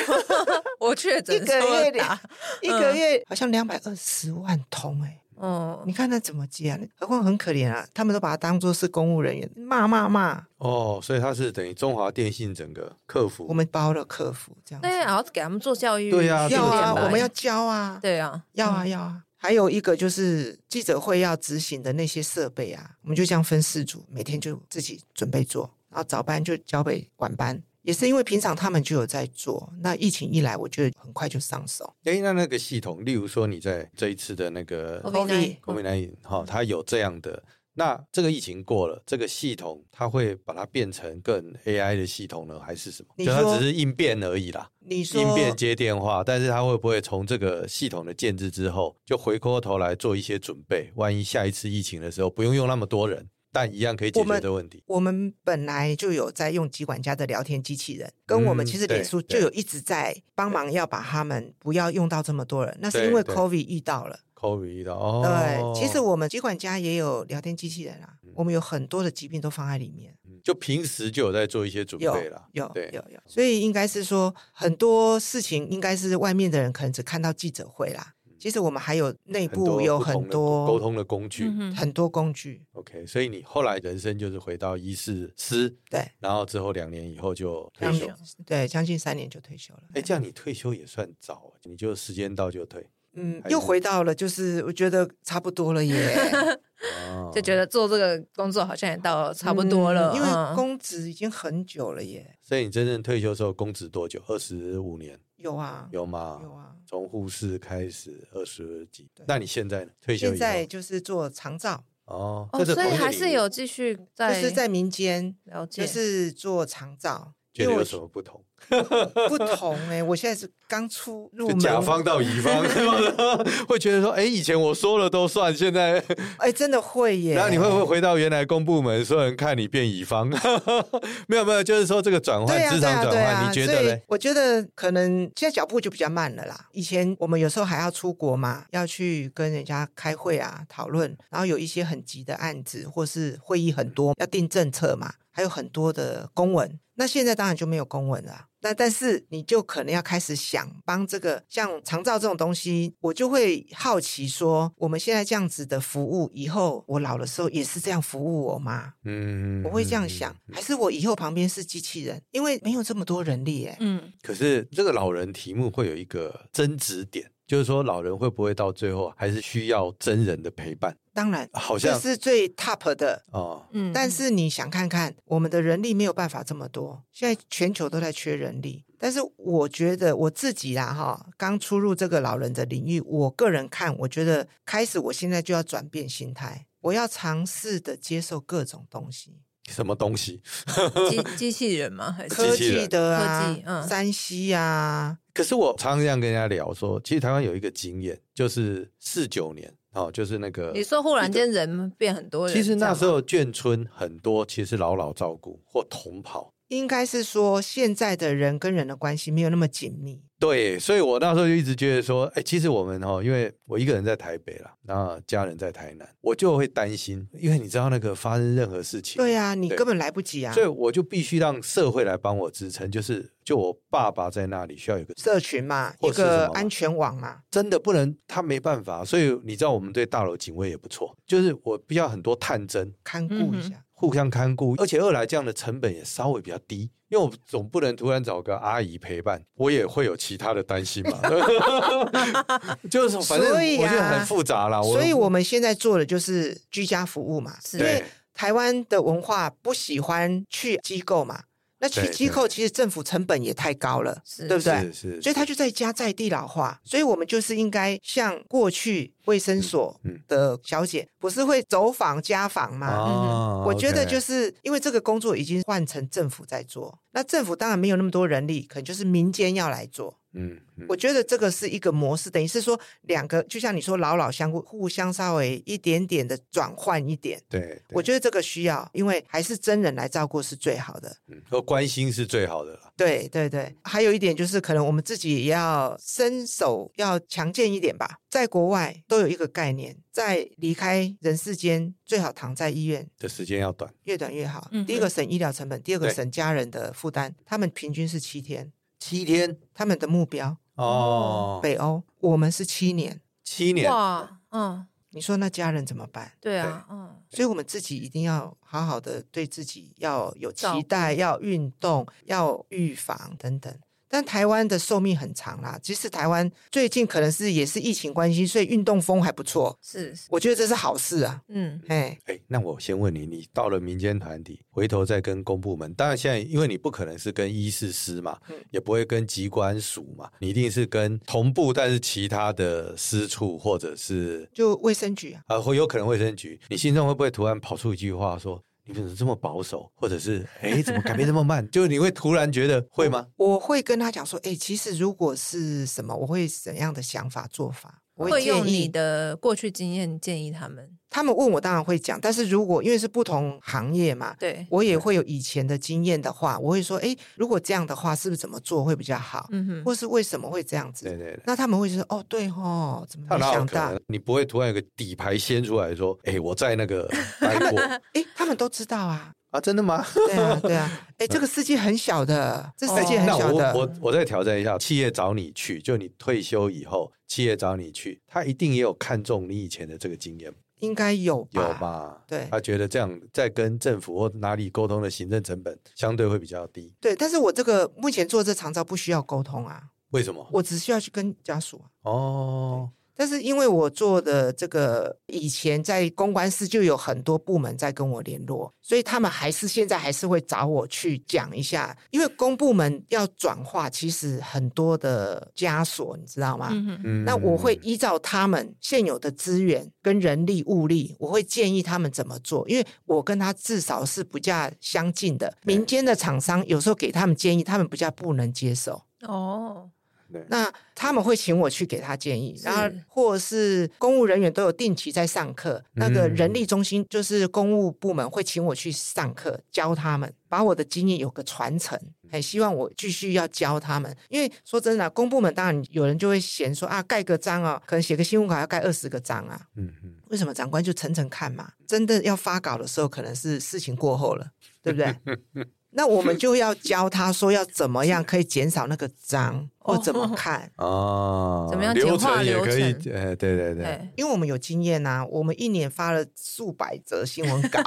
A: 我确诊
C: 一个
A: 时候
C: 月
A: 打，
C: 一个月好像两百二十万通哎、
A: 哦
C: 你，看那怎么接啊？何况很可怜啊，他们都把它当做是公务人员，骂骂骂，
B: 哦，所以它是等于中华电信整个客服
C: 我们包了客服这样子
A: 那也要啊给他们做教育训
B: 对
A: 练
B: 啊
A: 吧，
B: 这
C: 要
B: 个
C: 啊，
B: 怎么
C: 我们要教啊，
A: 对啊，
C: 要啊要啊。还有一个就是记者会要执行的那些设备啊，我们就这样分四组，每天就自己准备做，然后早班就交给晚班。也是因为平常他们就有在做，那疫情一来，我觉得很快就上手。
B: 诶，那那个系统，例如说你在这一次的那个
A: COVID-19
B: COVID 1 9哈，它有这样的。那这个疫情过了，这个系统它会把它变成更 AI 的系统呢，还是什么？
C: 你
B: 就它
C: 说
B: 只是应变而已啦，
C: 你说
B: 应变接电话，但是它会不会从这个系统的建制之后，就回过头来做一些准备？万一下一次疫情的时候，不用用那么多人，但一样可以解
C: 我
B: 决
C: 们
B: 的问题。
C: 我们本来就有在用机管家的聊天机器人，跟我们
B: 嗯
C: 其实
B: 对
C: 脸书
B: 对
C: 就有一直在帮忙，要把他们不要用到这么多人，那是因为
B: 对对
C: COVID 遇到了。
B: COVID 的哦，
C: 对，其实我们机管家也有聊天机器人啊，我们有很多的疾病都放在里面，
B: 嗯就平时就有在做一些准
C: 有
B: 备啦。
C: 有
B: 对
C: 有有，所以应该是说很多事情应该是外面的人可能只看到记者会啦，其实我们还有内
B: 嗯很多
C: 部有
B: 不同
C: 很
B: 的
C: 多
B: 沟通的工具。
A: 嗯哼，
C: 很多工具，
B: OK，所以你后来人生就是回到医事师，
C: 对，
B: 然后之后两年以后就退
A: 两
B: 休
A: 年。
C: 对，将近三年就退休了。
B: 哎，这样你退休也算早，你就时间到就退。
C: 嗯，
B: 还
C: 又
B: 是
C: 回到了，就是我觉得差不多
B: *laughs*
C: 了耶。
B: 哦
A: 就觉，得做这个工作好像也到差不多了，
C: 嗯因为
A: 嗯
C: 公职已经很久了耶。
B: 所以你真正退休的时候工职多久？二十五年
C: 有啊，
B: 有吗？
C: 有啊。
B: 从护士开始二十几
C: 对，
B: 那你现在呢？退休以
C: 现
B: 后
C: 在就是做长照，
B: 哦，
A: 哦，
B: 这是
A: 所以
B: 同一个
A: 还
B: 领
A: 是
B: 域
A: 有继续
C: 就
A: 在
C: 是在民间，
A: 了解，
C: 就是做
B: *laughs*
C: 长照。
B: 觉
C: 因
B: 得
C: 为
B: 有
C: 我
B: 什么不同？
C: 不同哎、我现在是刚出入
B: 就
C: 门，
B: 甲方到乙
C: *laughs*
B: 方， *laughs* 是吧？会觉得说，哎，以前我说了都算，现在
C: 哎、真的会耶。
B: 然后你会不会回到原来公部门，所有人看你变乙方？ *laughs* 没有没有，就是说这个转换
C: 对，啊，
B: 职场转
C: 对啊对
B: 换，
C: 啊
B: 你觉
C: 所
B: 得
C: 以
B: 嘞？
C: 我觉得可能现在脚步就比较慢了啦。以前我们有时候还要出国嘛，要去跟人家开会啊，讨论，然后有一些很急的案子，或是会议很多，要定政策嘛，还有很多的公文。那现在当然就没有公文了啊。那但是你就可能要开始想帮这个像长照这种东西，我就会好奇说，我们现在这样子的服务，以后我老的时候也是这样服务我吗？
B: 嗯
C: 我会这样想，还是我以后旁边是机器人？因为没有这么多人力耶、
A: 嗯，
B: 可是这个老人题目会有一个争执点，就是说老人会不会到最后还是需要真人的陪伴？
C: 当然，
B: 好
C: 这
B: 像
C: 是最 top 的。
B: 哦，
A: 嗯，
C: 但是你想看看，我们的人力没有办法这么多，现在全球都在缺人力。但是我觉得我自己啦，哈，刚出入这个老人的领域，我个人看，我觉得开始我现在就要转变心态，我要尝试的接受各种东西，
B: 什么东西？
A: 机呃机器人吗？还
B: 可
A: 是
C: 科
B: 机器人
C: 技的
A: 科
C: 啊
A: 技，嗯
C: 山西啊，
B: 可是我常常这样跟人家聊说，其实台湾有一个经验，就是四九年哦，就是那个
A: 你说忽然间人变很多人？
B: 其实那时
A: 候
B: 候眷村很多，其实老老照顾或同跑。
C: 应该是说现在的人跟人的关系没有那么紧密。
B: 对，所以我那时候就一直觉得说，哎，其实我们哦，因为我一个人在台北啦，那家人在台南，我就会担心，因为你知道那个发生任何事情，
C: 对呀、你
B: 对
C: 根本来不及啊
B: 所。以我就必须让社会来帮我支撑，就是就我爸爸在那里需要有个
C: 社群嘛，
B: 或
C: 一
B: 是什
C: 个
B: 么
C: 安全网嘛，
B: 真的不能，他没办法，所以你知道我们对大楼警卫也不错，就是我比较很多探针
C: 看顾一
A: 嗯
C: 下。
B: 互相看顾，而且二来这样的成本也稍微比较低，因为我总不能突然找个阿姨陪伴，我也会有其他的担心
C: *laughs*
B: 嘛。就是反正
C: 所以啊
B: 我觉得很复杂啦。
C: 所以我们现在做的就是居家服务嘛，
A: 是
C: 因为
B: 对
C: 台湾的文化不喜欢去机构嘛，那去
B: 对
C: 机构其实政府成本也太高了，
A: 是
C: 对不对
B: 是？是，
C: 所以他就在家在地老化，所以我们就是应该像过去卫生所
B: 嗯嗯
C: 的小姐，不是会走访家访吗？
B: 啊，
C: 嗯我觉得就是是因为这个工作已经换成政府在做，那政府当然没有那么多人力，可能就是民间要来做。
B: 嗯，嗯
C: 我觉得这个是一个模式，等于是说两个，就像你说老老相互，互相稍微一点点的转换一点。
B: 对，对
C: 我觉得这个需要，因为还是真人来照顾是最好的。
B: 嗯说关心是最好的啦。
C: 对对对，还有一点就是，可能我们自己也要身手要强健一点吧。在国外都有一个概念，在离开人世间，最好躺在医院
B: 的时间要短，
C: 越短越好。
A: 嗯哼
C: 第一个省医疗成本，第二个
B: 对
C: 省家人的负担。他们平均是七天，
B: 七天
C: 他们的目标
B: 哦，
C: 北欧，我们是七年。
B: 七年
A: 哇，嗯，
C: 你说那家人怎么办？
A: 对啊，嗯，
C: 所以我们自己一定要好好的对自己要有
A: 照
C: 期
A: 顾
C: 待，要运动，要预防等等。但台湾的寿命很长啦，其实台湾最近可能是也是疫情关系，所以运动风还不错，
A: 是，是
C: 我觉得这是好事啊。
A: 嗯，
C: 哎，
B: 哎，那我先问你，你到了民间团体，回头再跟公部门，当然现在因为你不可能是跟医事师嘛，
C: 嗯
B: 也不会跟机关署嘛，你一定是跟同步，但是其他的私处或者是
C: 就卫生局啊，
B: 啊，会有可能卫生局，你心中会不会突然跑出一句话说？你们怎么这么保守，或者是哎，怎么改变这么慢？ *laughs* 就是你会突然觉得会吗？
C: 我会跟他讲说，哎，其实如果是什么，我会怎样的想法做法，我
A: 会
C: 建
A: 用你
C: 议。
A: 的过去经验建议他们，
C: 他们问我当然会讲，但是如果因为是不同行业嘛，
A: 对，
C: 我也会有以前的经验的话，我会说，哎，如果这样的话，是不是怎么做会比较好？
A: 嗯哼，
C: 或是为什么会这样
B: *laughs* 对对
C: 子？
B: 对，
C: 那他们会说：“哦，对哦，怎么
B: 他
C: 没
B: 哪有
C: 想
B: 可
C: 到
B: 能？你不会突然有个底牌掀出来说，哎，我在那个待 *laughs* 过？”
C: 诶，他们都知道
B: *laughs*
C: 啊，
B: 啊，真的吗？
C: 对啊，对啊。诶，这个世界很小的，这世界
B: 嗯哦
C: 很
B: 那
C: 小
B: 我
C: 的，
B: 我我再挑战一下，企业找你去，就你退休以后，企业找你去，他一定也有看中你以前的这个经验，
C: 应该有
B: 有
C: 吧？
B: 吧？
C: 对
B: 他觉得这样在跟政府或哪里沟通的行政成本相对会比较低，
C: 对，但是我这个目前做这长照不需要沟通啊，
B: 为什么？
C: 我只需要去跟家属啊。
B: 哦，
C: 但是因为我做的这个以前在公关室就有很多部门在跟我联络，所以他们还是现在还是会找我去讲一下，因为公部门要转化，其实很多的枷锁，你知道吗？
A: 嗯哼，
B: 嗯
C: 那我会依照他们现有的资源跟人力物力，我会建议他们怎么做，因为我跟他至少是比较相近的。
B: 对
C: 民间的厂商有时候给他们建议，他们比较不能接受，
A: 哦，
B: 对
C: 那他们会请我去给他建议，
A: 是
C: 然后或是公务人员都有定期在上课，那个人力中心就是公务部门会请我去上课教他们，把我的经验有个传承。很希望我继续要教他们，因为说真的啊、公部门当然有人就会嫌说啊，盖个章啊，可能写个新闻稿要盖二十个章啊，
B: 嗯嗯，
C: 为什么长官就层层看嘛？真的要发稿的时候，可能是事情过后了，对不对？那我们就要教他说要怎么样可以减少那个章或怎么看，
B: 哦，
A: 怎么样
B: 流
A: 简化
B: 程也
A: 流
B: 可以，
A: 程
B: 呃，对对对
A: 对，
C: 因为我们有经验呐、啊，我们一年发了数百则新闻稿，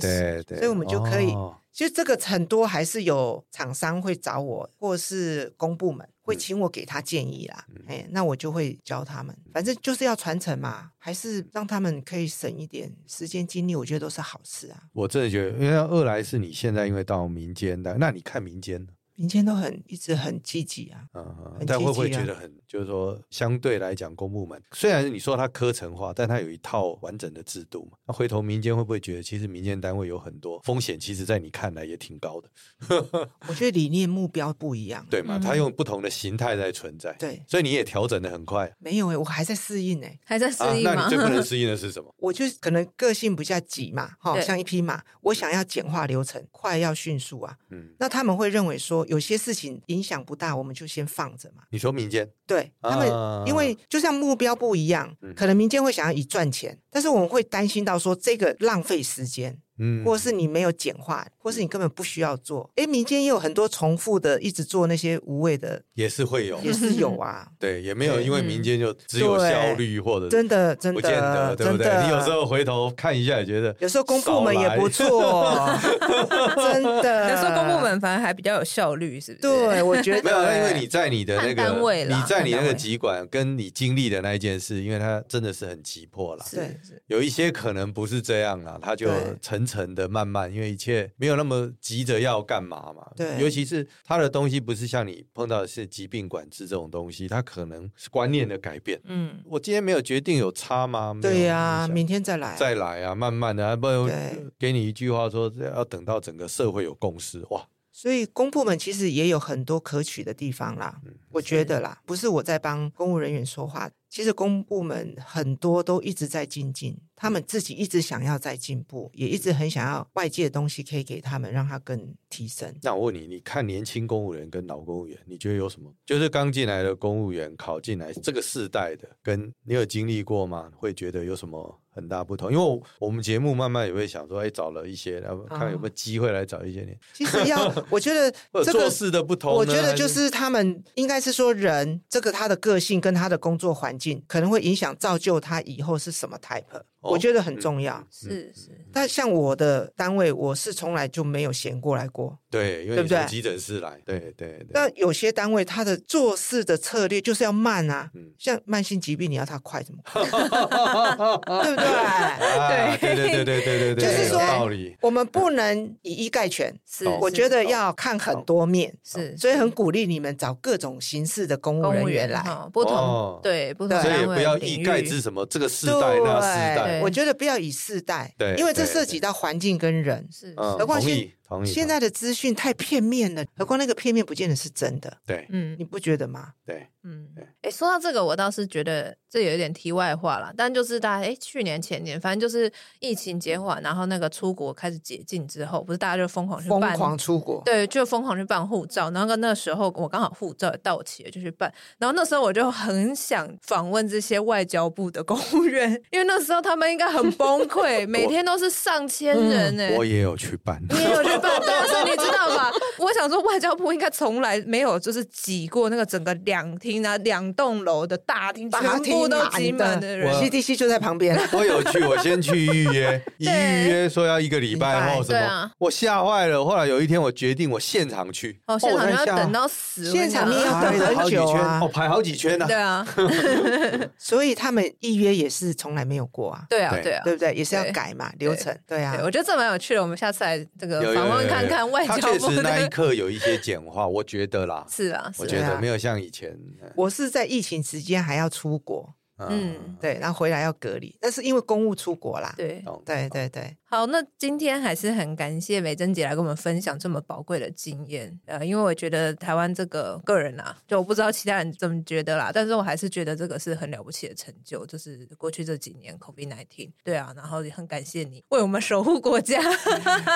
A: 确
B: 对对，
C: 所以我们就可以
B: 哦
C: 其实这个很多还是有厂商会找我，或是公部门会请我给他建议啦。哎、那我就会教他们，反正就是要传承嘛，还是让他们可以省一点时间精力，我觉得都是好事啊。
B: 我真的觉得，因为二来是你现在因为到民间的，那你看民间呢
C: 民间都很一直很积极啊，
B: 嗯
C: 很，
B: 但
C: 积
B: 会不会
C: 极
B: 觉
C: 啊
B: 得很，就是说，相对来讲，公部门虽然你说它科层化，但它有一套完整的制度嘛。那回头民间会不会觉得，其实民间单位有很多风险，其实在你看来也挺高的，
C: 我觉得理念目标不一样。
B: 对嘛？
A: 嗯
B: 它用不同的形态在存在，
C: 对
B: 所以你也调整的很快
C: 没有诶、欸我还在适应诶、欸
A: 还在适
B: 啊。
A: 应
B: 那
A: 吗
B: 你最？不
C: *laughs*
B: 能适应的是什么？
C: 我就可能个性比较急嘛，哈、
A: 对
C: 像一匹马，我想要简化流程，快要迅速啊。
B: 嗯，
C: 那他们会认为说，有些事情影响不大，我们就先放着嘛。
B: 你说民间，
C: 对他们，
B: 啊嗯
C: 因为就像目标不一样，可能民间会想要以赚钱，但是我们会担心到说这个浪费时间。
B: 嗯
C: 或是你没有简化，或是你根本不需要做。诶，民间也有很多重复的，一直做那些无谓的，
B: 也是会有，。
C: 也是有啊
B: 对，也没有
C: 对嗯
B: 因为民间就只有
C: 对
B: 效率或者
C: 真的，真
B: 不见得，
C: 的，
B: 对不
C: 真
B: 对？
C: 的。
B: 你有时候回头看一下，也觉得
C: 有时候公部门也
B: *laughs*
C: 不
B: 少来。*laughs*
C: 错，真的。
A: *laughs* 有时候公 *laughs* 部门反而还比较有效率，是不是？
C: 对，我
B: *laughs*
C: 觉得
B: 没有，因为你在你的那
A: 看单
B: 个，
A: 位啦
B: 你在你那
A: 看单
B: 个
A: 位
B: 疾管跟你经历的那一件事，因为它真的是很急迫啦。
C: 对
A: 是，是
B: 有一些可能不是这样啦，他就
C: 对
B: 层层的慢慢，因为一切没有那么急着要干嘛嘛。
C: 对
B: 尤其是他的东西不是像你碰到的是疾病管制这种东西，它可能是观念的改变。
A: 嗯，
B: 我今天没有决定有差吗？没有
C: 对呀、
B: 影响
C: 明天再来。
B: 再来啊，慢慢的、啊，不
C: 对
B: 然给你一句话说，要等到整个社会有共识，哇，
C: 所以公部门其实也有很多可取的地方啦，
B: 嗯
C: 我觉得啦，不是我在帮公务人员说话，其实公部门很多都一直在精进，他们自己一直想要在进步，也一直很想要外界的东西可以给他们，让他更提升。
B: 那我问你，你看年轻公务人跟老公务员，你觉得有什么？就是刚进来的公务员考进来这个世代的，跟你有经历过吗？会觉得有什么很大不同？因为我我们节目慢慢也会想说，哎，找了一些，然后看有没有机会来找一些年，
C: 其实
B: *laughs*
C: 要，我觉得
B: 或者
C: 哦这
B: 做
C: 个
B: 事的不同呢。
C: 我觉得就
B: 还
C: 是他们应该是说人这个他的个性跟他的工作环境可能会影响造就他以后是什么 type，、
B: 哦嗯
C: 我觉得很重要。
A: 是是，
C: 但像我的单位，我是从来就没有闲过来过。
B: 对，因为
C: 对
B: 你
C: 不
B: 从
C: 对
B: 急诊室来，对对对，
C: 那有些单位他的做事的策略就是要慢啊，
B: 嗯
C: 像慢性疾病你要他快怎么
B: *laughs*
C: 快？对不对？
B: 啊对
A: 对
B: 对对对对对对，
C: 就是
B: 有
C: 说
B: 道理。
C: 我们不能以一概全，
A: 是，
B: 懂
C: 我
A: 是
C: 觉得要看
B: 哦
C: 很多面，
A: 是
C: 所以
B: 嗯
C: 很鼓励你们找各种形式的公务
A: 公
C: 人
A: 务
C: 员
A: 员
C: 来。
A: 哈不
B: 哦
A: 同对不同
C: 对
A: 单位
B: 所以也不要
A: 领
B: 一
A: 域
B: 概之什么这个世代那个世代
A: 对，
C: 我觉得不要以世代，
B: 对
C: 因为这
B: 对
C: 涉及到环境跟人。
A: 是，
B: 嗯，
A: 是
C: 何况
B: 同
C: 现
B: 意同意。
C: 现在的资讯太片面了，何况那个片面不见得是真的，
B: 对
A: 嗯
C: 你不觉得吗？
B: 对，
A: 嗯
B: 对，
A: 哎，说到这个，我倒是觉得这有一点题外话啦，但就是大家哎，去年前年，反正就是疫情减缓，然后那个出国开始解禁之后，不是大家就疯狂去
C: 疯
A: 办
C: 狂出国，
A: 对，就疯狂去办护照，然后那时候我刚好护照也到期了，就去办。然后那时候我就很想访问这些外交部的公务员，因为那时候他们应该很崩溃，每天都是上千人哎、
B: 我也有去办。
A: 你也有去办，对，所以你知道 *laughs* 吧？我想说，外交部应该从来没有就是挤过那个整个两厅啊、两栋楼的大厅，
C: 把它
A: 全部都挤满的人
B: 我。
C: CDC 就在旁边，
B: 我有去，我先去预
A: *laughs*
B: 约，一预约说要一个礼拜后
C: 礼
B: 什
A: 拜
B: 么，
A: 对啊
B: 我吓坏了。后来有一天我决定我现场去，
A: 哦，现
B: 我
A: 场
B: 才
A: 要
B: 吓
A: 等到死，我跟你
C: 现场
A: 讲
C: 你要
B: 排了好几
C: 等很久
B: 圈，
C: 啊
B: 哦，排好几圈呢
A: 对。啊，
C: 所以他们预约也是从来没有过啊，
A: 对啊，
B: 对
A: 对啊。
C: 对不对？也是要
A: 对
C: 改嘛流程，对啊
A: 对，。我觉得这蛮有趣的，我们下次来这
B: 有有
A: 个
B: 有
A: 访
B: 有
A: 问
B: 有
A: 看看外
B: 他
A: 交
B: 确
A: 部
B: 实那一
A: 的。
B: 刻有一些简化，我觉得啦，
A: *laughs* 是啊，是
B: 我
A: 啊
B: 觉
C: 对
B: 得
C: 啊
B: 没有像以前，
C: 我是在疫情期间还要出国，
B: 嗯
A: 嗯，
C: 对，然后回来要隔离，那是因为公务出国啦。
A: 对，
B: 懂
C: 对对对，
A: 好，那今天还是很感谢美珍姐来跟我们分享这么宝贵的经验。呃，因为我觉得台湾这个个人啊，就我不知道其他人怎么觉得啦，但是我还是觉得这个是很了不起的成就，就是过去这几年 COVID nineteen，对啊，然后也很感谢你为我们守护国家。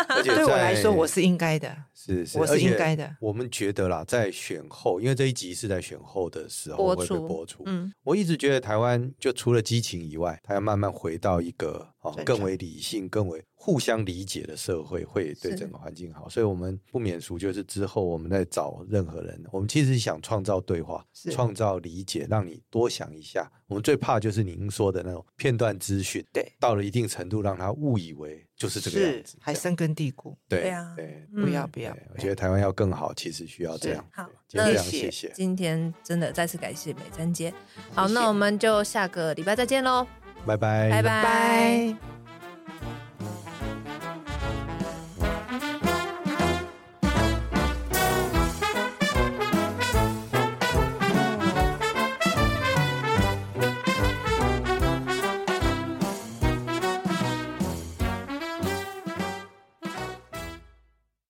B: 而且
C: 对我
B: 在
C: 来说我是应该的，
B: 是是，
C: 我是
B: 而且
C: 应该的
B: 我们觉得啦，在选后，因为这一集是在选后的时候
A: 播
B: 会被
A: 出
B: 播出，
A: 嗯，
B: 我一直觉得台湾就除了激情以外，它要慢慢回到一个哦
C: 正常
B: 更为理性、更为互相理解的社会，会对
A: 是
B: 整个环境好。所以，我们不免俗，就是之后我们在找任何人，我们其实想创造对话、
C: 是
B: 创造理解，让你多想一下。我们最怕就是您说的那种片段资讯，
C: 对，
B: 到了一定程度，让他误以为就是这个样
C: 是
B: 子，
C: 还深根蒂固，
B: 对
A: 对啊
B: 对
A: 嗯
C: 不要不要
B: 对，，我觉得台湾要更好，其实需要这
C: 是
B: 样。
A: 好
B: 对今天非常
C: 那
B: 谢
C: 谢
B: 谢。
A: 今天真的再次感谢美珍姐。好，
C: 谢谢
A: 那我们就下个礼拜再见喽，
B: 拜拜，
A: 拜拜。
C: 拜。